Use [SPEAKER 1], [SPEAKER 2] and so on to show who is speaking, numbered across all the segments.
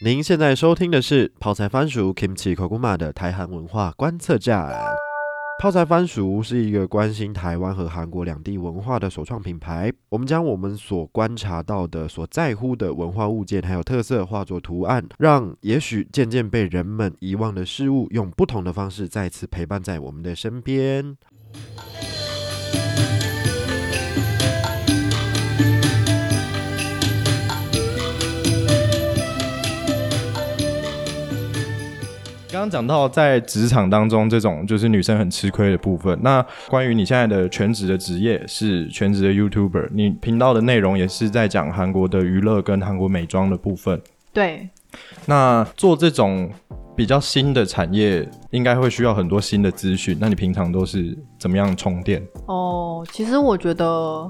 [SPEAKER 1] 您现在收听的是泡菜番薯 Kimchi Koguma 的台韩文化观测站。泡菜番薯是一个关心台湾和韩国两地文化的首创品牌。我们将我们所观察到的、所在乎的文化物件还有特色化作图案，让也许渐渐被人们遗忘的事物，用不同的方式再次陪伴在我们的身边。
[SPEAKER 2] 刚刚讲到在职场当中，这种就是女生很吃亏的部分。那关于你现在的全职的职业是全职的 YouTuber，你频道的内容也是在讲韩国的娱乐跟韩国美妆的部分。
[SPEAKER 3] 对，
[SPEAKER 2] 那做这种比较新的产业，应该会需要很多新的资讯。那你平常都是怎么样充电？
[SPEAKER 3] 哦，其实我觉得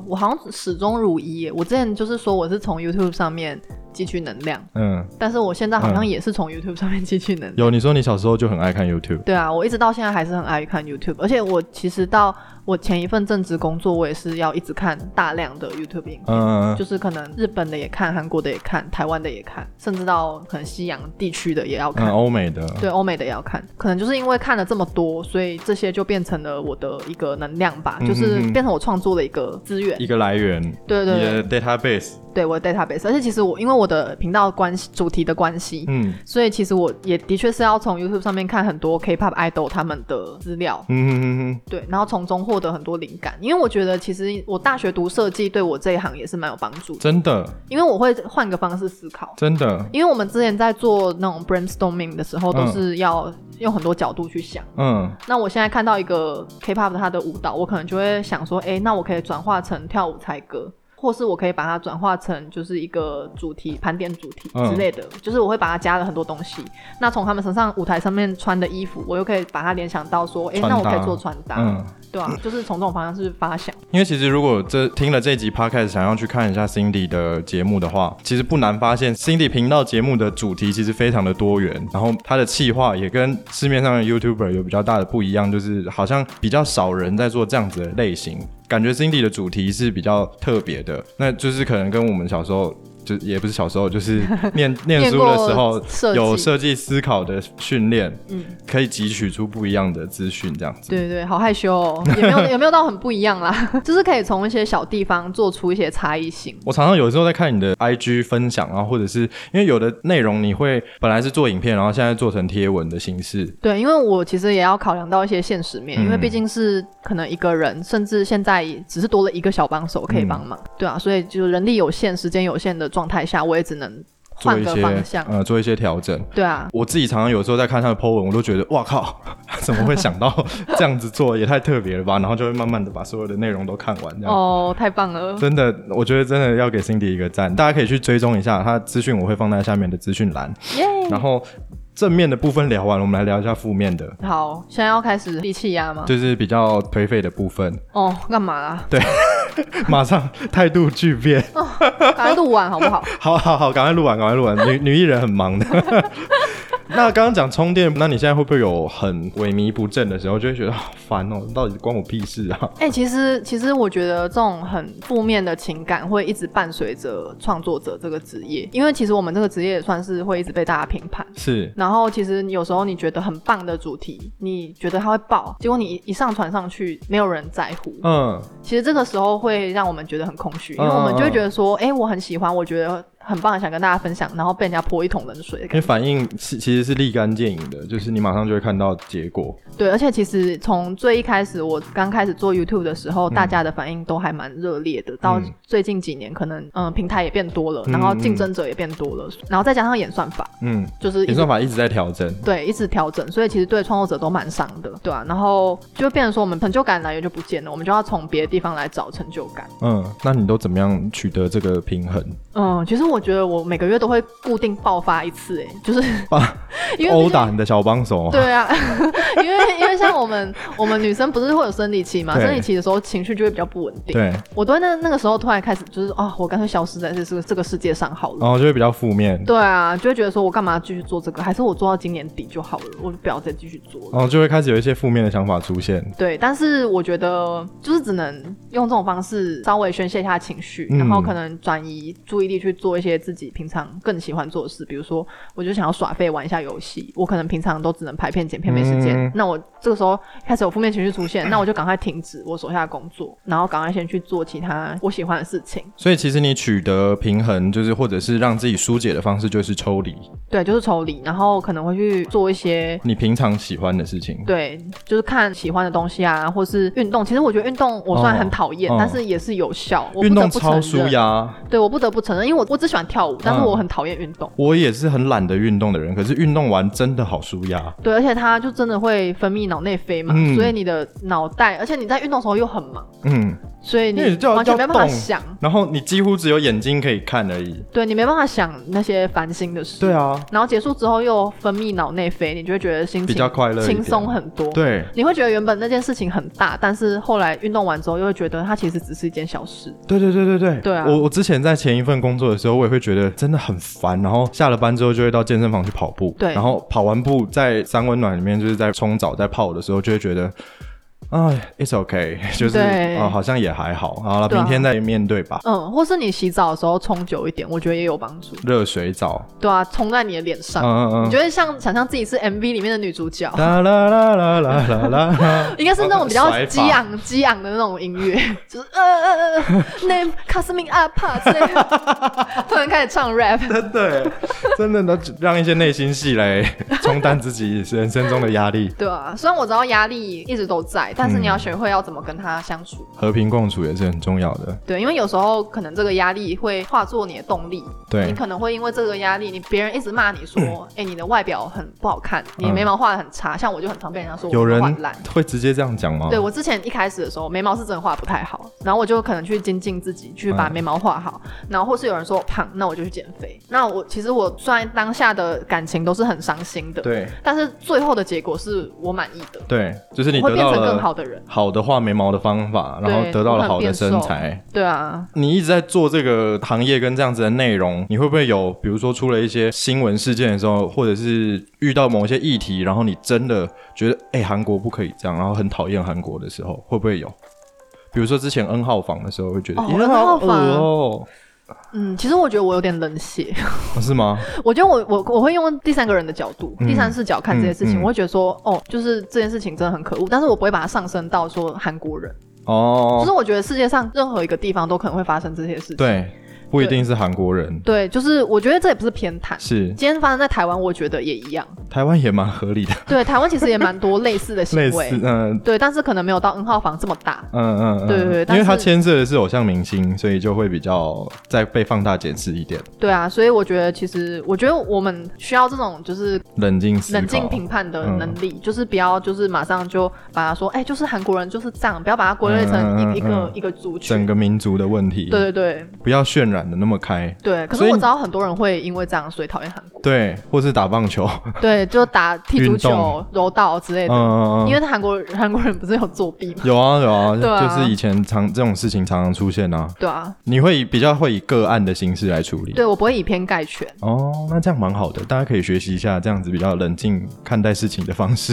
[SPEAKER 3] 我好像始终如一耶。我之前就是说我是从 YouTube 上面汲取能量，
[SPEAKER 2] 嗯，
[SPEAKER 3] 但是我现在好像
[SPEAKER 2] 嗯
[SPEAKER 3] 也是从 YouTube 上面汲取能量。
[SPEAKER 2] 有你说你小时候就很爱看 YouTube，
[SPEAKER 3] 对啊，我一直到现在还是很爱看 YouTube，而且我其实到我前一份正职工作，我也是要一直看大量的 YouTube 影片，
[SPEAKER 2] 嗯，
[SPEAKER 3] 就是可能日本的也看，韩国的也看，台湾的也看，甚至到可能西洋地区的也要看。
[SPEAKER 2] 嗯，欧美的，
[SPEAKER 3] 对欧美的也要看，可能就是因为看了这么多，所以这些就变成了我的一个能量吧，
[SPEAKER 2] 嗯
[SPEAKER 3] 就是
[SPEAKER 2] 嗯嗯
[SPEAKER 3] 变成我创作的一个资源
[SPEAKER 2] 一。个来源，
[SPEAKER 3] 对对
[SPEAKER 2] 你的
[SPEAKER 3] 对
[SPEAKER 2] database，
[SPEAKER 3] 对，我的 database。而且其实我因为我的频道关系主题的关系，
[SPEAKER 2] 嗯
[SPEAKER 3] 所以其实我也的确是要从 YouTube 上面看很多 K-pop idol 他们的资料，
[SPEAKER 2] 嗯嗯嗯嗯，
[SPEAKER 3] 对，然后从中获得很多灵感，因为我觉得其实我大学读设计对我这一行也是蛮有帮助的，
[SPEAKER 2] 真的
[SPEAKER 3] 因为我会换个方式思考。
[SPEAKER 2] 真的，
[SPEAKER 3] 因为我们之前在做那种 brainstorming 的时候，都
[SPEAKER 2] 嗯
[SPEAKER 3] 是要用很多角度去想。
[SPEAKER 2] 嗯
[SPEAKER 3] 那我现在看到一个 K-pop 的它的舞蹈，我可能就会想说，诶，那我可以转化成跳舞才歌，或是我可以把它转化成就是一个主题盘点主题
[SPEAKER 2] 嗯
[SPEAKER 3] 之类的，就是我会把它加了很多东西。那从他们身上舞台上面穿的衣服，我又可以把它联想到说，诶，
[SPEAKER 2] 穿
[SPEAKER 3] 那我可
[SPEAKER 2] 搭
[SPEAKER 3] 以做穿搭。
[SPEAKER 2] 嗯。
[SPEAKER 3] 对啊，就是从这种方向去发想。
[SPEAKER 2] 因为其实如果这听了这集 podcast 想要去看一下 Cindy 的节目的话，其实不难发现 Cindy 频道节目的主题其实非常的多元，然后它的企划也跟市面上的 YouTuber 有比较大的不一样，就是好像比较少人在做这样子的类型，感觉 Cindy 的主题是比较特别的，那就是可能跟我们小时候。就也不是小时候，就是念念书的 时候
[SPEAKER 3] 念过设计
[SPEAKER 2] 有设计思考的训练，
[SPEAKER 3] 嗯
[SPEAKER 2] 可以汲取出不一样的资讯，这样子。
[SPEAKER 3] 对对，好害羞哦，也没有也没有到很不一样啦， 就是可以从一些小地方做出一些差异性。
[SPEAKER 2] 我常常有时候在看你的 IG 分享啊，或者是因为有的内容你会本来是做影片，然后现在做成贴文的形式。
[SPEAKER 3] 对，因为我其实也要考量到一些现实面，因为
[SPEAKER 2] 嗯
[SPEAKER 3] 毕竟是可能一个人，甚至现在只是多了一个小帮手可
[SPEAKER 2] 嗯
[SPEAKER 3] 以帮忙，对啊，所以就是人力有限、时间有限的状态下，我也只能
[SPEAKER 2] 做
[SPEAKER 3] 换
[SPEAKER 2] 一
[SPEAKER 3] 个
[SPEAKER 2] 些
[SPEAKER 3] 方向。
[SPEAKER 2] 呃，做一些调整。
[SPEAKER 3] 对啊，
[SPEAKER 2] 我自己常常有时候在看他的 po 文，我都觉得哇靠， 怎么会想到这样子做，也太特别了吧？然后就会慢慢的把所有的内容都看完，这样。
[SPEAKER 3] 哦，太棒了，
[SPEAKER 2] 真的，我觉得真的要给 Cindy 一个赞，大家可以去追踪一下他资讯，我会放在下面的资讯栏。
[SPEAKER 3] 耶、
[SPEAKER 2] 然后正面的部分聊完，我们来聊一下负面的，
[SPEAKER 3] 好，现在要开始力气压吗？
[SPEAKER 2] 就是比较颓废的部 分。
[SPEAKER 3] 哦，干嘛啦？
[SPEAKER 2] 马上态度巨变，
[SPEAKER 3] 赶快录完好不好？
[SPEAKER 2] 好好好，赶快录完，赶快录完。女 女艺人很忙的。那刚刚讲充电，那你现在会不会有很萎靡不振的时候，就会觉得好烦哦？到底关我屁事啊？
[SPEAKER 3] 哎、其实其实我觉得这种很负面的情感会一直伴随着创作者这个职业，因为其实我们这个职业也算是会一直被大家评判。
[SPEAKER 2] 是，
[SPEAKER 3] 然后其实有时候你觉得很棒的主题，你觉得它会爆，结果你一一上传上去，没有人在乎。
[SPEAKER 2] 嗯，
[SPEAKER 3] 其实这个时候会让我们觉得很空虚，因为
[SPEAKER 2] 嗯
[SPEAKER 3] 我们就会
[SPEAKER 2] 嗯
[SPEAKER 3] 觉得说，哎、我很喜欢，我觉得很棒，想跟大家分享，然后被人家泼一桶冷水的
[SPEAKER 2] 因为
[SPEAKER 3] 感觉。
[SPEAKER 2] 反应是其实是立竿见影的，就是你马上就会看到结果。
[SPEAKER 3] 对，而且其实从最一开始，我刚开始做 YouTube 的时候，
[SPEAKER 2] 嗯
[SPEAKER 3] 大家的反应都还蛮热烈的。到
[SPEAKER 2] 嗯
[SPEAKER 3] 最近几年，可能嗯平台也变多了，
[SPEAKER 2] 嗯
[SPEAKER 3] 然后
[SPEAKER 2] 嗯
[SPEAKER 3] 竞争者也变多了，然后再加上演算法，
[SPEAKER 2] 嗯，
[SPEAKER 3] 就是
[SPEAKER 2] 演
[SPEAKER 3] 一直
[SPEAKER 2] 算法一直在调整。
[SPEAKER 3] 对，一直调整，所以其实对创作者都蛮伤的，对啊，然后就变成说我们成就感来源就不见了，我们就要从别的地方来找成就感。
[SPEAKER 2] 嗯，那你都怎么样取得这个平衡？
[SPEAKER 3] 嗯，其实我觉得我每个月都会固定爆发一次，哎， 就是因为
[SPEAKER 2] 殴
[SPEAKER 3] 毕竟
[SPEAKER 2] 打你的小帮手吗？
[SPEAKER 3] 对 啊，因为因为像我们我们女生不是会有生理期嘛，
[SPEAKER 2] 对
[SPEAKER 3] 生理期的时候情绪就会比较不稳定。
[SPEAKER 2] 对，
[SPEAKER 3] 我都会那那个时候突然开始就是哦，我干脆消失在这这个这个世界上好了。
[SPEAKER 2] 然后就会比较负面，
[SPEAKER 3] 对啊，就会觉得说我干嘛继续做这个，还是我做到今年底就好了，我就不要再继续做了。
[SPEAKER 2] 然后就会开始有一些负面的想法出现。
[SPEAKER 3] 对，但是我觉得就是只能用这种方式稍微宣泄一下情绪，
[SPEAKER 2] 嗯
[SPEAKER 3] 然后可能转移注意力去做一些自己平常更喜欢做的事，比如说，我就想要耍废玩一下游戏，我可能平常都只能排片剪片没时间，
[SPEAKER 2] 嗯
[SPEAKER 3] 那我这个时候开始有负面情绪出现，那我就赶快停止我手下的工作，然后赶快先去做其他我喜欢的事情。
[SPEAKER 2] 所以其实你取得平衡，就是或者是让自己疏解的方式，就是抽离
[SPEAKER 3] 对，就是抽离，然后可能会去做一些
[SPEAKER 2] 你平常喜欢的事情。
[SPEAKER 3] 对，就是看喜欢的东西啊，或是运动。其实我觉得运动我虽然
[SPEAKER 2] 哦
[SPEAKER 3] 很讨厌，
[SPEAKER 2] 哦
[SPEAKER 3] 但是也是有效。我不
[SPEAKER 2] 运
[SPEAKER 3] 得
[SPEAKER 2] 动
[SPEAKER 3] 不承
[SPEAKER 2] 超
[SPEAKER 3] 认
[SPEAKER 2] 舒压，
[SPEAKER 3] 对我不得不承认，因为我我只喜欢跳舞，但是
[SPEAKER 2] 嗯
[SPEAKER 3] 我很讨厌运动。
[SPEAKER 2] 我也是很懒得运动的人，可是运动完真的好舒压。
[SPEAKER 3] 对，而且它就真的会分泌脑内啡嘛，
[SPEAKER 2] 嗯
[SPEAKER 3] 所以你的脑袋，而且你在运动的时候又很忙，
[SPEAKER 2] 嗯，
[SPEAKER 3] 所以
[SPEAKER 2] 因为你
[SPEAKER 3] 你
[SPEAKER 2] 就要
[SPEAKER 3] 完全没办
[SPEAKER 2] 要
[SPEAKER 3] 法
[SPEAKER 2] 动
[SPEAKER 3] 想，
[SPEAKER 2] 然后你几乎只有眼睛可以看而已。
[SPEAKER 3] 对你没办法想那些烦心的事。
[SPEAKER 2] 对。啊，
[SPEAKER 3] 然后结束之后又分泌脑内啡，你就会觉得心情
[SPEAKER 2] 比较快乐一点
[SPEAKER 3] 轻松很多。。
[SPEAKER 2] 对
[SPEAKER 3] 你会觉得原本那件事情很大，但是后来运动完之后，又会觉得它其实只是一件小事。
[SPEAKER 2] 对对对对对，
[SPEAKER 3] 对啊
[SPEAKER 2] 我我之前在前一份工作的时候，我也会觉得真的很烦，然后下了班之后就会到健身房去跑步，
[SPEAKER 3] 对
[SPEAKER 2] 然后跑完步在三温暖里面就是在冲澡在泡的时候，就会觉得。哎，it's okay，就是
[SPEAKER 3] 对
[SPEAKER 2] 哦，好像也还好，好了，
[SPEAKER 3] 对啊
[SPEAKER 2] 明天再面对吧。
[SPEAKER 3] 嗯，或是你洗澡的时候冲久一点，我觉得也有帮助。
[SPEAKER 2] 热水澡，
[SPEAKER 3] 对啊，冲在你的脸
[SPEAKER 2] 嗯
[SPEAKER 3] 上，
[SPEAKER 2] 嗯
[SPEAKER 3] 你
[SPEAKER 2] 嗯，
[SPEAKER 3] 觉得像想象自己是 MV 里面的女主 角，
[SPEAKER 2] 啦啦啦啦啦啦啦啦，
[SPEAKER 3] 应该是那种比较
[SPEAKER 2] 甩法
[SPEAKER 3] 激昂激昂的那种音乐，就是呃呃呃，name cosmic apa 之类的， 突然开始唱 rap。
[SPEAKER 2] 真的耶，真的能让一些内心戏来冲淡自己人生中的压力，
[SPEAKER 3] 对啊，虽然我知道压力一直都在，但是你要学会要怎么跟他相处。
[SPEAKER 2] 和平共处也是很重要的。
[SPEAKER 3] 对，因为有时候可能这个压力会化作你的动力，
[SPEAKER 2] 对嗯
[SPEAKER 3] 你可能会因为这个压力，你别人一直骂你说，哎、你的外表很不好看，你的眉毛画的很差，像我就很常被人家说我
[SPEAKER 2] 有人
[SPEAKER 3] 画得烂。
[SPEAKER 2] 会直接这样讲吗？
[SPEAKER 3] 对我之前一开始的时候，眉毛是真的画得不太好，然后我就可能去精进自己，去把
[SPEAKER 2] 嗯
[SPEAKER 3] 眉毛画好。然后或是有人说我胖，那我就去减肥。那我其实我虽然当下的感情都是很伤心的，，
[SPEAKER 2] 对
[SPEAKER 3] 但是最后的结果是我满意的，
[SPEAKER 2] 对，就是你
[SPEAKER 3] 我会
[SPEAKER 2] 得
[SPEAKER 3] 变
[SPEAKER 2] 到
[SPEAKER 3] 成更
[SPEAKER 2] 了
[SPEAKER 3] 好的人。
[SPEAKER 2] 好的画眉毛的方法，然后
[SPEAKER 3] 对
[SPEAKER 2] 得到
[SPEAKER 3] 我
[SPEAKER 2] 了
[SPEAKER 3] 很
[SPEAKER 2] 好的
[SPEAKER 3] 变
[SPEAKER 2] 身
[SPEAKER 3] 瘦
[SPEAKER 2] 材。
[SPEAKER 3] 对啊，
[SPEAKER 2] 你一直在做这个行业跟这样子的内容，你会不会有，比如说出了一些新闻事件的时候，或者是遇到某些议题，然后你真的觉得，哎、韩国不可以这样，然后很讨厌韩国的时候，会不会有？比如说之前 N 号房的时候，会觉得，
[SPEAKER 3] 哦
[SPEAKER 2] 耶
[SPEAKER 3] N
[SPEAKER 2] 好
[SPEAKER 3] 号
[SPEAKER 2] 恶
[SPEAKER 3] 房
[SPEAKER 2] 哦、
[SPEAKER 3] 嗯，其实我觉得我有点冷血，
[SPEAKER 2] 哦是吗？
[SPEAKER 3] 我觉得我我我会用第三个人的角度、
[SPEAKER 2] 嗯
[SPEAKER 3] 第三视角看这些事情，
[SPEAKER 2] 嗯嗯
[SPEAKER 3] 我会觉得说，哦，就是这件事情真的很可恶，但是我不会把它上升到说韩国人，就
[SPEAKER 2] 哦
[SPEAKER 3] 是，我觉得世界上任何一个地方都可能会发生这些事情。
[SPEAKER 2] 对，不一定是韩国人，
[SPEAKER 3] 对，就是我觉得这也不是偏袒。
[SPEAKER 2] 是
[SPEAKER 3] 今天发生在台湾，我觉得也一样。
[SPEAKER 2] 台湾也蛮合理的，
[SPEAKER 3] 对，台湾其实也蛮多类似的 行
[SPEAKER 2] 类似，
[SPEAKER 3] 为
[SPEAKER 2] 嗯、，
[SPEAKER 3] 对，但是可能没有到 N 号房这么大。
[SPEAKER 2] 嗯嗯，嗯
[SPEAKER 3] 对对对
[SPEAKER 2] 因
[SPEAKER 3] 但
[SPEAKER 2] 为
[SPEAKER 3] 是
[SPEAKER 2] 他牵涉的是偶像明星，所以就会比较再被放大检视一点，
[SPEAKER 3] 对啊，所以我觉得其实，我觉得我们需要这种就是
[SPEAKER 2] 冷静思考，嗯
[SPEAKER 3] 冷静评判的能力，就是不要就是马上就把它说，哎、就是韩国人就是这样，不要把它归类成
[SPEAKER 2] 嗯嗯嗯
[SPEAKER 3] 一一个、
[SPEAKER 2] 嗯
[SPEAKER 3] 一个族群
[SPEAKER 2] 整。个民族的问题，
[SPEAKER 3] 对对对
[SPEAKER 2] 不要渲染的那么开，
[SPEAKER 3] 对，可是
[SPEAKER 2] 所以
[SPEAKER 3] 我
[SPEAKER 2] 你
[SPEAKER 3] 知道很多人会因为这样所以讨厌韩国。
[SPEAKER 2] 对，或是打棒球，
[SPEAKER 3] 对，就打踢足
[SPEAKER 2] 运动
[SPEAKER 3] 球、柔道之类
[SPEAKER 2] 嗯
[SPEAKER 3] 的，
[SPEAKER 2] 嗯嗯，
[SPEAKER 3] 因为韩国韩国人不是有作弊吗？
[SPEAKER 2] 有啊有啊，
[SPEAKER 3] 对啊
[SPEAKER 2] 就是以前常这种事情常常出现啊，
[SPEAKER 3] 对啊，
[SPEAKER 2] 你会以比较会以个案的形式来处理，
[SPEAKER 3] 对，我不会以偏概全。
[SPEAKER 2] 哦，那这样蛮好的，大家可以学习一下这样子比较冷静看待事情的方 式，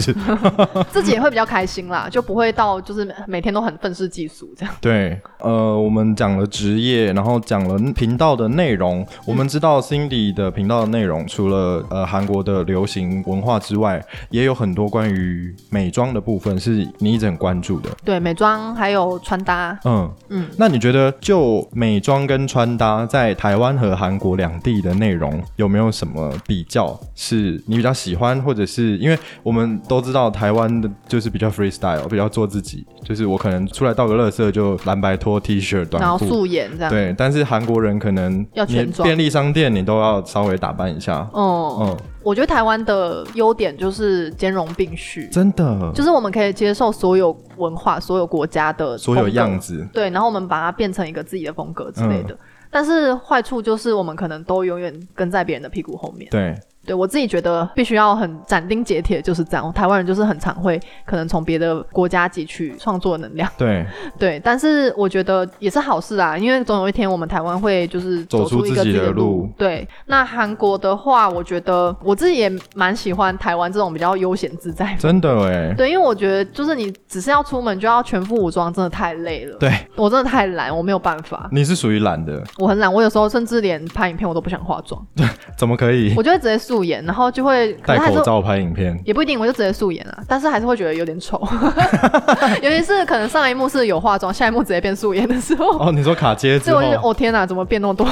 [SPEAKER 3] 自己也会比较开心啦，就不会到就是每天都很愤世嫉俗这样。
[SPEAKER 2] 对，呃，我们讲了职业，然后讲了频道的内容。我们知道 Cindy 的频道的内容，除了呃韩国的流行文化之外，也有很多关于美妆的部分是你一直很关注的。
[SPEAKER 3] 对，美妆还有穿搭，
[SPEAKER 2] 嗯嗯
[SPEAKER 3] 嗯，
[SPEAKER 2] 那你觉得就美妆跟穿搭在台湾和韩国两地的内容有没有什么比较是你比较喜欢，或者是因为我们都知道台湾的就是比较 freestyle，比较做自己，就是我可能出来倒个垃圾就蓝白拖 T 恤
[SPEAKER 3] 然
[SPEAKER 2] 短
[SPEAKER 3] 后
[SPEAKER 2] 裤。
[SPEAKER 3] 素颜这样。，
[SPEAKER 2] 对，但是韩国人可能
[SPEAKER 3] 要
[SPEAKER 2] 你
[SPEAKER 3] 全妆
[SPEAKER 2] 便利商店你都要稍微打扮一下，
[SPEAKER 3] 嗯，
[SPEAKER 2] 嗯，
[SPEAKER 3] 我觉得台湾的优点就是兼容并蓄，
[SPEAKER 2] 真的，
[SPEAKER 3] 就是我们可以接受所有文化、所有国家的
[SPEAKER 2] 所有
[SPEAKER 3] 风格
[SPEAKER 2] 样。子，嗯
[SPEAKER 3] 对，然后我们把它变成一个自己的风格之类的。但是坏处就是我们可能都永远跟在别人的屁股后面。
[SPEAKER 2] 对，
[SPEAKER 3] 对我自己觉得必须要很斩钉截铁，就是这样。台湾人就是很常会可能从别的国家汲取创作能量，
[SPEAKER 2] 对，
[SPEAKER 3] 对。但是我觉得也是好事啦，因为总有一天我们台湾会就是
[SPEAKER 2] 走
[SPEAKER 3] 出
[SPEAKER 2] 出
[SPEAKER 3] 一
[SPEAKER 2] 自
[SPEAKER 3] 个
[SPEAKER 2] 己
[SPEAKER 3] 己
[SPEAKER 2] 的
[SPEAKER 3] 路
[SPEAKER 2] 路。
[SPEAKER 3] 对，那韩国的话，我觉得我自己也蛮喜欢台湾这种比较悠闲自在。
[SPEAKER 2] 真的哎，
[SPEAKER 3] 对，因为我觉得就是你只是要出门就要全副武装，真的太累了。
[SPEAKER 2] 对，
[SPEAKER 3] 我真的太懒，我没有办法，
[SPEAKER 2] 你是属于懒的，
[SPEAKER 3] 我很懒，我有时候甚至连拍影片我都不想化妆，
[SPEAKER 2] 怎么可以
[SPEAKER 3] 我就会直接素颜，然后就会可
[SPEAKER 2] 戴
[SPEAKER 3] 能还是
[SPEAKER 2] 口罩拍影片？
[SPEAKER 3] 也不一定，我就直接素颜啊，但是还是会觉得有点丑， 尤其是可能上一幕是有化妆，下一幕直接变素颜的时候，
[SPEAKER 2] 哦，你说卡接之
[SPEAKER 3] 所以我就觉得
[SPEAKER 2] 后，
[SPEAKER 3] 哦天哪，怎么变那么多？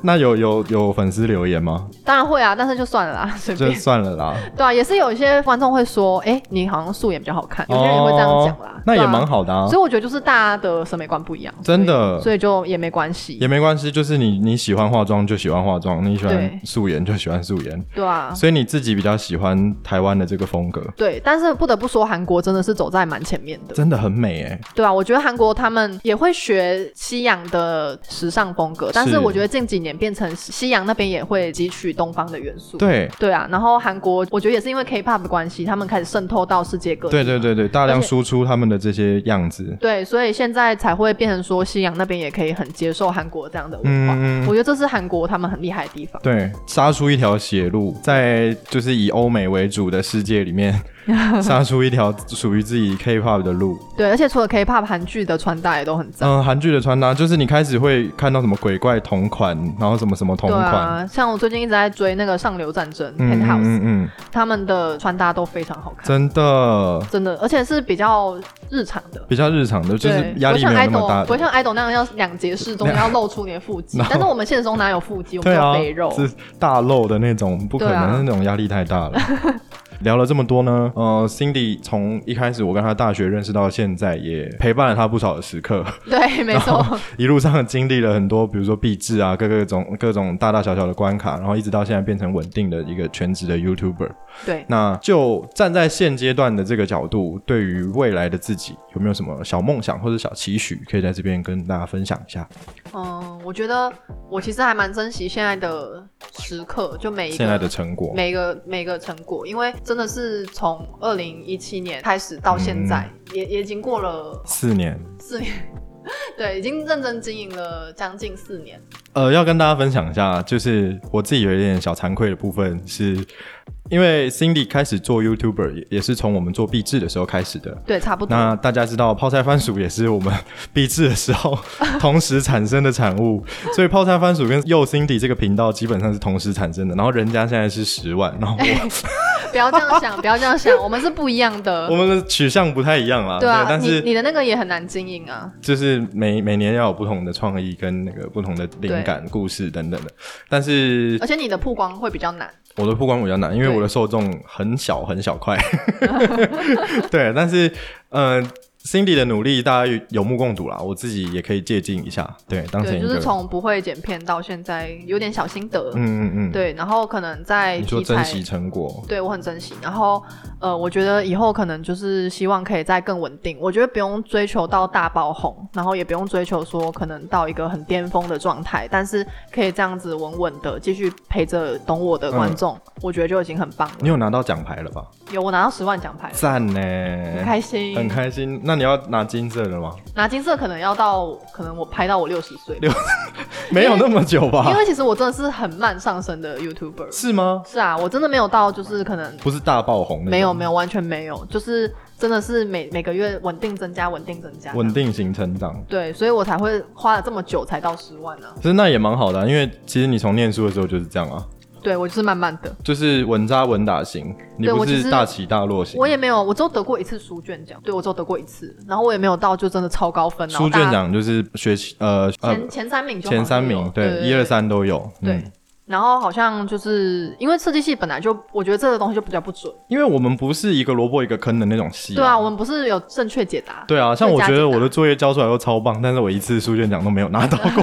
[SPEAKER 2] 那有有有粉丝留言吗？
[SPEAKER 3] 当然会啊，但是就算 了啦，随
[SPEAKER 2] 就
[SPEAKER 3] 便。
[SPEAKER 2] 算了啦，
[SPEAKER 3] 对啊，也是有一些观众会说，哎、你好像素颜比较好看，有些人会这样讲啦，
[SPEAKER 2] 哦那也
[SPEAKER 3] 对啊
[SPEAKER 2] 蛮好的啊
[SPEAKER 3] 所以我觉得就是大家的审美观不一样，
[SPEAKER 2] 真的
[SPEAKER 3] 所以所以就也没关系
[SPEAKER 2] 也，没关系，就是你你喜欢化妆就喜欢化妆，你喜欢
[SPEAKER 3] 对
[SPEAKER 2] 素颜就喜欢素颜，
[SPEAKER 3] 对啊，
[SPEAKER 2] 所以你自己比较喜欢台湾的这个风格，
[SPEAKER 3] 对。但是不得不说，韩国真的是走在蛮前面的，
[SPEAKER 2] 真的很美哎、
[SPEAKER 3] 对啊，我觉得韩国他们也会学西洋的时尚风格，但是我觉得近几年变成西洋那边也会汲取东方的元素。
[SPEAKER 2] 对
[SPEAKER 3] 对啊，然后韩国我觉得也是因为 K-pop 的关系，他们开始渗透到世界各地。
[SPEAKER 2] 对对对对，大量
[SPEAKER 3] 而且
[SPEAKER 2] 输出他们的这些样子，
[SPEAKER 3] 对所以现在才会变成说西洋那边也可以很接受韩国这样的文化。
[SPEAKER 2] 嗯，
[SPEAKER 3] 我觉得这是韩国他们很厉害的地方。
[SPEAKER 2] 对，杀出一条血路，在就是以欧美为主的世界里 面，杀出一条属于自己 K-pop 的路。
[SPEAKER 3] 对，而且除了 K-pop，韩剧的穿搭也都很赞。
[SPEAKER 2] 嗯，韩剧的穿搭就是你开始会看到什么鬼怪同款，然后什么什么同
[SPEAKER 3] 对
[SPEAKER 2] 款，
[SPEAKER 3] 啊，像我最近一直在追那个《上流战争》
[SPEAKER 2] 嗯
[SPEAKER 3] Penthouse，、
[SPEAKER 2] 嗯嗯，
[SPEAKER 3] 他们的穿搭都非常好看，
[SPEAKER 2] 真的
[SPEAKER 3] 真的，而且是比较日常的。
[SPEAKER 2] 比较日常的，就是
[SPEAKER 3] 对，
[SPEAKER 2] 压力没有那么大
[SPEAKER 3] 不会
[SPEAKER 2] 的。
[SPEAKER 3] 像 idol 那样要两节适中，要露出你的腹 肌
[SPEAKER 2] 然。后
[SPEAKER 3] 但是我们现实中哪有腹肌，我们
[SPEAKER 2] 对
[SPEAKER 3] 有
[SPEAKER 2] 啊
[SPEAKER 3] 肥肉，。
[SPEAKER 2] 是大漏的那种，不可
[SPEAKER 3] 对啊
[SPEAKER 2] 能那种压力太大 了。聊了这么多呢，呃，Cindy 从一开始我跟她大学认识到现在，也陪伴了她不少的时刻。
[SPEAKER 3] 对，没错，
[SPEAKER 2] 一路上经历了很多，比如说币制啊，各个种各种大大小小的关卡，然后一直到现在变成稳定的一个全职的 YouTuber。
[SPEAKER 3] 对。
[SPEAKER 2] 那就站在现阶段的这个角度，对于未来的自己有没有什么小梦想或者小期许，可以在这边跟大家分享一下？
[SPEAKER 3] 嗯，我觉得我其实还蛮珍惜现在的时刻，就每一
[SPEAKER 2] 现在的
[SPEAKER 3] 个。
[SPEAKER 2] 成果，
[SPEAKER 3] 每个每个成果，因为真的是从二零一七年开始到现在，也也已经过了
[SPEAKER 2] 四年。
[SPEAKER 3] 四年， 对，已经认真经营了将近四年。
[SPEAKER 2] 呃，要跟大家分享一下，就是我自己有一点小惭愧的部分是，因为 Cindy 开始做 YouTuber 也也是从我们做币制的时候开始的，
[SPEAKER 3] 对，差不多。
[SPEAKER 2] 那大家知道，泡菜番薯也是我们 毕制的时候同时产生的产物，所以泡菜番薯跟右 Cindy 这个频道基本上是同时产生的。然后人家现在是十万，然后我
[SPEAKER 3] 不要这样想，不要这样想， 我们是不一样
[SPEAKER 2] 我
[SPEAKER 3] 的。
[SPEAKER 2] 们的取向不太一样啦。
[SPEAKER 3] 对啊，
[SPEAKER 2] 但
[SPEAKER 3] 你
[SPEAKER 2] 是
[SPEAKER 3] 你的那个也很难经营啊。
[SPEAKER 2] 就是每每年要有不同的创意跟那个不同的灵感、故事等等的。但是
[SPEAKER 3] 而且你的曝光会比较难。
[SPEAKER 2] 我的曝光比较难，因为
[SPEAKER 3] 对
[SPEAKER 2] 我的受众很小很小 块。对，但是嗯、呃 Cindy 的努力大家有目共睹啦，我自己也可以借鉴一下。对，当成
[SPEAKER 3] 对，
[SPEAKER 2] 一
[SPEAKER 3] 就
[SPEAKER 2] 个。
[SPEAKER 3] 是从不会剪片到现在有点小心得，
[SPEAKER 2] 嗯嗯嗯，，
[SPEAKER 3] 对，然后可能在
[SPEAKER 2] 你说
[SPEAKER 3] 题
[SPEAKER 2] 珍
[SPEAKER 3] 材，
[SPEAKER 2] 惜成果，
[SPEAKER 3] 对我很珍惜。然后呃，我觉得以后可能就是希望可以再更稳定，我觉得不用追求到大爆红，然后也不用追求说可能到一个很巅峰的状态，但是可以这样子稳稳的继续陪着懂我的观众，我觉得就已经很棒了。
[SPEAKER 2] 嗯你有拿到奖牌了吧？
[SPEAKER 3] 有我拿到十万奖牌了。
[SPEAKER 2] 赞呢，
[SPEAKER 3] 很开心，
[SPEAKER 2] 哎很开心。那你要拿金色的吗？
[SPEAKER 3] 拿金色可能要到，可能我拍到我六十岁，
[SPEAKER 2] 没有那么久吧
[SPEAKER 3] 因？为其实我真的是很慢上升的 YouTuber。
[SPEAKER 2] 是吗？
[SPEAKER 3] 是啊，我真的没有到，就是可能
[SPEAKER 2] 不是大爆红的，
[SPEAKER 3] 没有没有完全没有，就是真的是每每个月稳定增加，稳定增加，
[SPEAKER 2] 稳。定型成长。
[SPEAKER 3] 对，所以我才会花了这么久才到十万呢、啊。
[SPEAKER 2] 其实那也蛮好的啊、因为其实你从念书的时候就是这样啊，
[SPEAKER 3] 对我就是慢慢的，就是
[SPEAKER 2] 稳扎稳打型，你
[SPEAKER 3] 对
[SPEAKER 2] 不
[SPEAKER 3] 我其
[SPEAKER 2] 是
[SPEAKER 3] 实
[SPEAKER 2] 大起大落型
[SPEAKER 3] 我。也没有，我只有得过一次书卷奖，对我只有得过一次，然后我也没有到就真的超高分。然后
[SPEAKER 2] 书
[SPEAKER 3] 大
[SPEAKER 2] 卷
[SPEAKER 3] 家
[SPEAKER 2] 奖就是学期呃呃
[SPEAKER 3] 前前三名就好
[SPEAKER 2] 前三名，
[SPEAKER 3] 了
[SPEAKER 2] 对，一二。三都有。
[SPEAKER 3] 对
[SPEAKER 2] 嗯，
[SPEAKER 3] 然后好像就是因为设计系本来就，我觉得这个东西就比较不准。
[SPEAKER 2] 因为我们不是一个萝卜一个坑的那种系。
[SPEAKER 3] 对啊，我们不是有正确解答。
[SPEAKER 2] 对啊，像我
[SPEAKER 3] 加
[SPEAKER 2] 觉
[SPEAKER 3] 减
[SPEAKER 2] 得
[SPEAKER 3] 啊
[SPEAKER 2] 我的作业交出来都超棒，但是我一次书卷奖都没有拿到 过。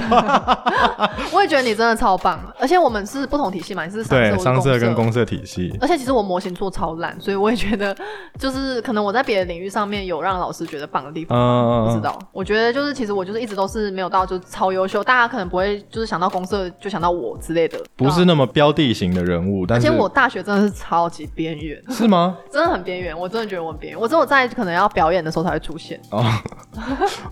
[SPEAKER 3] 我也觉得你真的超棒，啊而且我们是不同体系嘛，你是商社，
[SPEAKER 2] 对，
[SPEAKER 3] 我是
[SPEAKER 2] 商社
[SPEAKER 3] 社
[SPEAKER 2] 跟。公社体系。
[SPEAKER 3] 而且其实我模型做超烂，所以我也觉得，就是可能我在别的领域上面有让老师觉得棒的地方，
[SPEAKER 2] 嗯，
[SPEAKER 3] 不知道。我觉得就是其实我就是一直都是没有到就超优秀，大家可能不会就是想到公社就想到我之类的，啊
[SPEAKER 2] 不是那么标的型的人物，
[SPEAKER 3] 而
[SPEAKER 2] 但是
[SPEAKER 3] 且我大学真的是超级边缘，
[SPEAKER 2] 是吗？
[SPEAKER 3] 真的很边缘，我真的觉得我很边缘，我只有在可能要表演的时候才会出现。
[SPEAKER 2] 哦，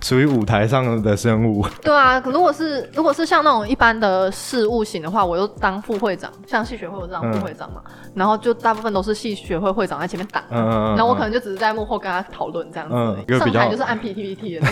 [SPEAKER 2] 属于舞台上的生物，
[SPEAKER 3] 对啊，可如果是如果是像那种一般的事务型的话，我就当副会长，像系学会我就当
[SPEAKER 2] 嗯
[SPEAKER 3] 副会长嘛，然后就大部分都是系学会会长在前面打，
[SPEAKER 2] 嗯嗯嗯嗯
[SPEAKER 3] 然后我可能就只是在幕后跟他讨论这样子而
[SPEAKER 2] 嗯一
[SPEAKER 3] 已，
[SPEAKER 2] 个比
[SPEAKER 3] 上
[SPEAKER 2] 较
[SPEAKER 3] 台就是按 PPT 的那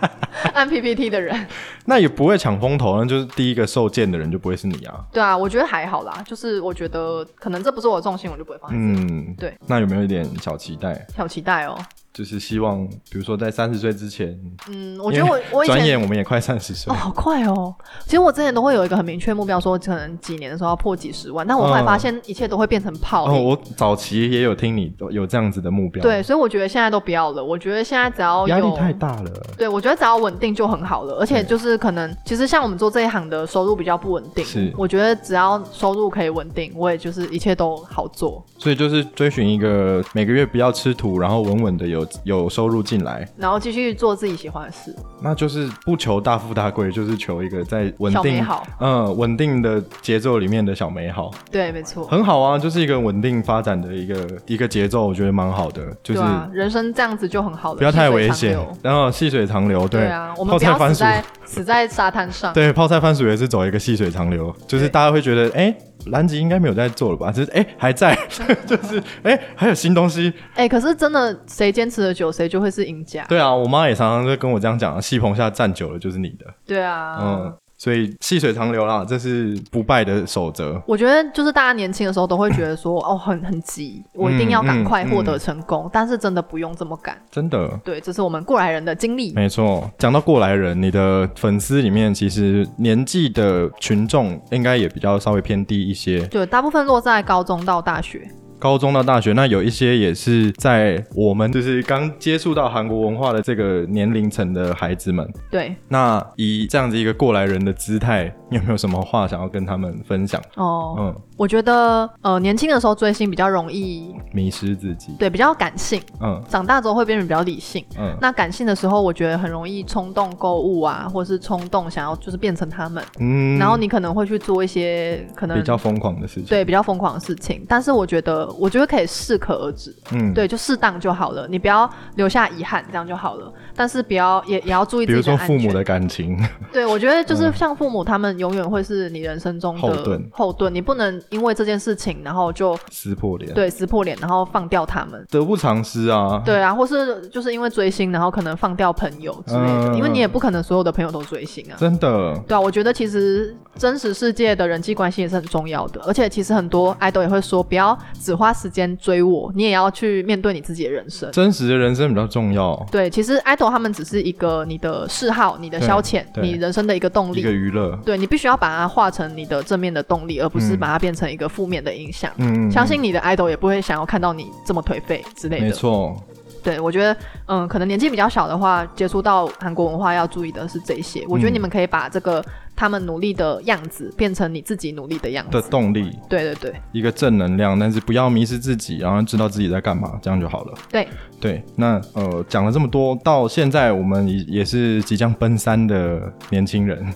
[SPEAKER 3] 个， 按 PPT 的人，
[SPEAKER 2] 那也不会抢风头，那就是第一个受箭的人就不会是你啊。
[SPEAKER 3] 对啊，我觉得还好啦，就是我觉得可能这不是我的重心，我就不会放在这里。
[SPEAKER 2] 嗯，
[SPEAKER 3] 对。
[SPEAKER 2] 那有没有一点小期待？
[SPEAKER 3] 好期待哦，
[SPEAKER 2] 就是希望，比如说在三十岁之前，
[SPEAKER 3] 嗯，我觉得我
[SPEAKER 2] 因为
[SPEAKER 3] 我以
[SPEAKER 2] 转
[SPEAKER 3] 前
[SPEAKER 2] 眼我们也快三十岁
[SPEAKER 3] 哦，，好快哦！其实我之前都会有一个很明确的目标，说可能几年的时候要破几十万，但我后来
[SPEAKER 2] 嗯
[SPEAKER 3] 发现一切都会变成泡
[SPEAKER 2] 哦，
[SPEAKER 3] 影。
[SPEAKER 2] 我早期也有听你有这样子的目标，
[SPEAKER 3] 对，，所以我觉得现在都不要了。我觉得现在只要有
[SPEAKER 2] 压力太大了。
[SPEAKER 3] 对，我觉得只要稳定就很好了，而且就是可能，其实像我们做这一行的收入比较不稳定，
[SPEAKER 2] 是
[SPEAKER 3] 我觉得只要收入可以稳定，我也就是一切都好做，
[SPEAKER 2] 所以就是追寻一个每个月不要吃土，然后稳稳的有有收入进来，
[SPEAKER 3] 然后继续做自己喜欢的事。
[SPEAKER 2] 那就是不求大富大贵，就是求一个在稳
[SPEAKER 3] 小美
[SPEAKER 2] 定
[SPEAKER 3] 好，
[SPEAKER 2] 嗯，稳定的节奏里面的小美好，
[SPEAKER 3] 对，没错，
[SPEAKER 2] 很好啊，就是一个稳定发展的一个一个节奏，我觉得蛮好的，就是
[SPEAKER 3] 对啊，人生这样子就很好了，
[SPEAKER 2] 不要太
[SPEAKER 3] 细水
[SPEAKER 2] 危
[SPEAKER 3] 长
[SPEAKER 2] 险
[SPEAKER 3] 流，
[SPEAKER 2] 然后细水长流，
[SPEAKER 3] 对
[SPEAKER 2] 对
[SPEAKER 3] 啊，我们
[SPEAKER 2] 泡
[SPEAKER 3] 不
[SPEAKER 2] 菜
[SPEAKER 3] 要
[SPEAKER 2] 番
[SPEAKER 3] 死
[SPEAKER 2] 薯，
[SPEAKER 3] 在死在沙滩 上。
[SPEAKER 2] 对，泡菜番薯也是走一个细水长流，就是
[SPEAKER 3] 对
[SPEAKER 2] 大家会觉得，哎、兰吉应该没有在做了吧？就是哎、还在， 就是哎、还有新东西。
[SPEAKER 3] 哎、可是真的，谁坚持的久，谁就会是赢家。
[SPEAKER 2] 对啊，我妈也常常就跟我这样讲，戏棚下站久了就是你的，
[SPEAKER 3] 对啊，
[SPEAKER 2] 嗯，所以细水长流啦，这是不败的守则。
[SPEAKER 3] 我觉得就是大家年轻的时候都会觉得说，哦，很很急，我一定要赶
[SPEAKER 2] 嗯
[SPEAKER 3] 快获得成功，但是真的不用这么赶。
[SPEAKER 2] 真的。
[SPEAKER 3] 对，这是我们过来人的经历。
[SPEAKER 2] 没错，讲到过来人，你的粉丝里面其实年纪的群众应该也比较稍微偏低一些，
[SPEAKER 3] 对，大部分落在高中到大学。
[SPEAKER 2] 高中到大学，那有一些也是在我们就是刚接触到韩国文化的这个年龄层的孩子们。
[SPEAKER 3] 对，
[SPEAKER 2] 那以这样子一个过来人的姿态，你有没有什么话想要跟他们分享？
[SPEAKER 3] 哦，
[SPEAKER 2] 嗯，
[SPEAKER 3] 我觉得呃，年轻的时候追星比较容易，
[SPEAKER 2] 迷失自己，
[SPEAKER 3] 对，比较感性，
[SPEAKER 2] 嗯
[SPEAKER 3] 长大之后会变得比较理性。
[SPEAKER 2] 嗯
[SPEAKER 3] 那感性的时候，我觉得很容易冲动购物啊，或是冲动想要就是变成他们，
[SPEAKER 2] 嗯，
[SPEAKER 3] 然后你可能会去做一些可能
[SPEAKER 2] 比较疯狂的事情，，
[SPEAKER 3] 对比较疯狂的事情，但是我觉得，我觉得可以适可而止，
[SPEAKER 2] 嗯，
[SPEAKER 3] 对，就适当就好了，你不要留下遗憾，这样就好了。但是不要也也要注意
[SPEAKER 2] 比
[SPEAKER 3] 自
[SPEAKER 2] 如
[SPEAKER 3] 己的
[SPEAKER 2] 说
[SPEAKER 3] 安
[SPEAKER 2] 父
[SPEAKER 3] 全。
[SPEAKER 2] 母的感情，
[SPEAKER 3] 对，我觉得就是像父母，他们永远会是你人生中的
[SPEAKER 2] 后盾
[SPEAKER 3] 后盾，你不能因为这件事情，然后就
[SPEAKER 2] 撕破脸，，
[SPEAKER 3] 对撕破脸，然后放掉他们。
[SPEAKER 2] 得不偿失啊，
[SPEAKER 3] 对啊，或是就是因为追星，然后可能放掉朋友之类的，
[SPEAKER 2] 嗯
[SPEAKER 3] 因为你也不可能所有的朋友都追星啊。
[SPEAKER 2] 真的，
[SPEAKER 3] 对啊，我觉得其实真实世界的人际关系也是很重要的，而且其实很多爱豆也会说，不要只花时间追我，你也要去面对你自己的人生。
[SPEAKER 2] 真实的人生比较重要，
[SPEAKER 3] 对，其实爱豆他们只是一个你的嗜好、你的消遣、
[SPEAKER 2] 对对
[SPEAKER 3] 你人生的一个动
[SPEAKER 2] 一个
[SPEAKER 3] 力。
[SPEAKER 2] 娱乐，
[SPEAKER 3] 对你必须要把它化成你的正面的动力，而不是
[SPEAKER 2] 嗯
[SPEAKER 3] 把它变成一个负面的影响。
[SPEAKER 2] 嗯，
[SPEAKER 3] 相信你的爱豆也不会想要看到你这么颓废之类
[SPEAKER 2] 没
[SPEAKER 3] 的。
[SPEAKER 2] 错，
[SPEAKER 3] 对，我觉得，嗯，可能年纪比较小的话，接触到韩国文化要注意的是这些。我觉得
[SPEAKER 2] 嗯
[SPEAKER 3] 你们可以把这个他们努力的样子变成你自己努力的样
[SPEAKER 2] 的
[SPEAKER 3] 子。
[SPEAKER 2] 动力，
[SPEAKER 3] 对对对
[SPEAKER 2] 一个正能量，但是不要迷失自己，然后知道自己在干嘛，这样就好了。
[SPEAKER 3] 对，
[SPEAKER 2] 对，那呃讲了这么多，到现在我们也也是即将奔三的年轻人，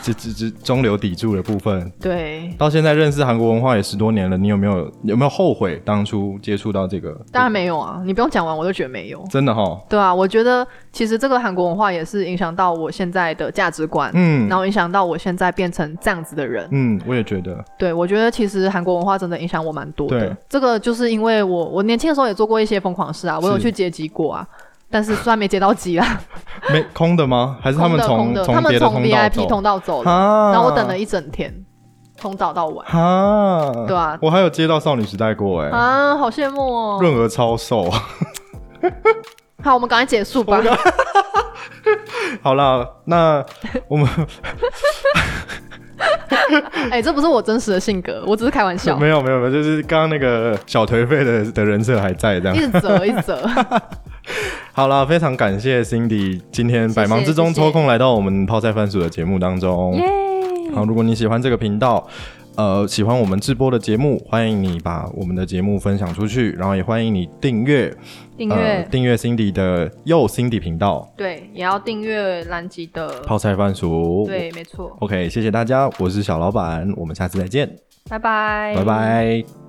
[SPEAKER 2] 这这这中流砥柱的部分，
[SPEAKER 3] 对，
[SPEAKER 2] 到现在认识韩国文化也十多年了，你有没有有没有后悔当初接触到这个？
[SPEAKER 3] 当然没有啊，你不用讲完，我都觉得没有。
[SPEAKER 2] 真的哈，
[SPEAKER 3] 对啊，我觉得其实这个韩国文化也是影响到我现在的价值观，
[SPEAKER 2] 嗯
[SPEAKER 3] 然后影响到我现在变成这样子的人。
[SPEAKER 2] 嗯，我也觉得，
[SPEAKER 3] 对，我觉得其实韩国文化真的影响我蛮多的
[SPEAKER 2] 对。
[SPEAKER 3] 这个就是因为我我年轻的时候也做过一些疯狂的事啊，我有
[SPEAKER 2] 是
[SPEAKER 3] 去劫机过啊。但是虽然没劫到机啦，
[SPEAKER 2] 没空的吗？还是他
[SPEAKER 3] 空
[SPEAKER 2] 们
[SPEAKER 3] 的
[SPEAKER 2] 从
[SPEAKER 3] 空的，他
[SPEAKER 2] 从
[SPEAKER 3] 们
[SPEAKER 2] 别的
[SPEAKER 3] 从
[SPEAKER 2] 通道
[SPEAKER 3] VIP
[SPEAKER 2] 走？
[SPEAKER 3] 通道走了，
[SPEAKER 2] 啊
[SPEAKER 3] 然后我等了一整天，从早到晚，
[SPEAKER 2] 哈，
[SPEAKER 3] 对啊，
[SPEAKER 2] 我还有接到少女时代过哎、
[SPEAKER 3] 啊，好羡慕哦。
[SPEAKER 2] 润儿超瘦。
[SPEAKER 3] 好，我们赶快结束吧。
[SPEAKER 2] 好啦，那我们
[SPEAKER 3] 哎，这不是我真实的性格，我只是开哦玩笑
[SPEAKER 2] 没，有没有没有，就是刚刚那个小颓废的的人设还在这
[SPEAKER 3] 一
[SPEAKER 2] 样。
[SPEAKER 3] 直折一 直折。
[SPEAKER 2] 好啦，非常感谢 Cindy 今天
[SPEAKER 3] 谢
[SPEAKER 2] 百忙之中
[SPEAKER 3] 谢谢
[SPEAKER 2] 抽空来到我们泡菜番薯的节目当中。
[SPEAKER 3] 耶！
[SPEAKER 2] 好，如果你喜欢这个频道，呃喜欢我们直播的节目，欢迎你把我们的节目分享出去，然后也欢迎你订阅
[SPEAKER 3] 订
[SPEAKER 2] 呃
[SPEAKER 3] 阅
[SPEAKER 2] 订阅 Cindy 的又 Cindy 频道
[SPEAKER 3] 对，也要订阅蓝吉的，
[SPEAKER 2] 泡菜番薯。
[SPEAKER 3] 对，没错，
[SPEAKER 2] ，OK，谢谢大家，我是小老板，我们下次再见，
[SPEAKER 3] 拜拜，
[SPEAKER 2] 拜拜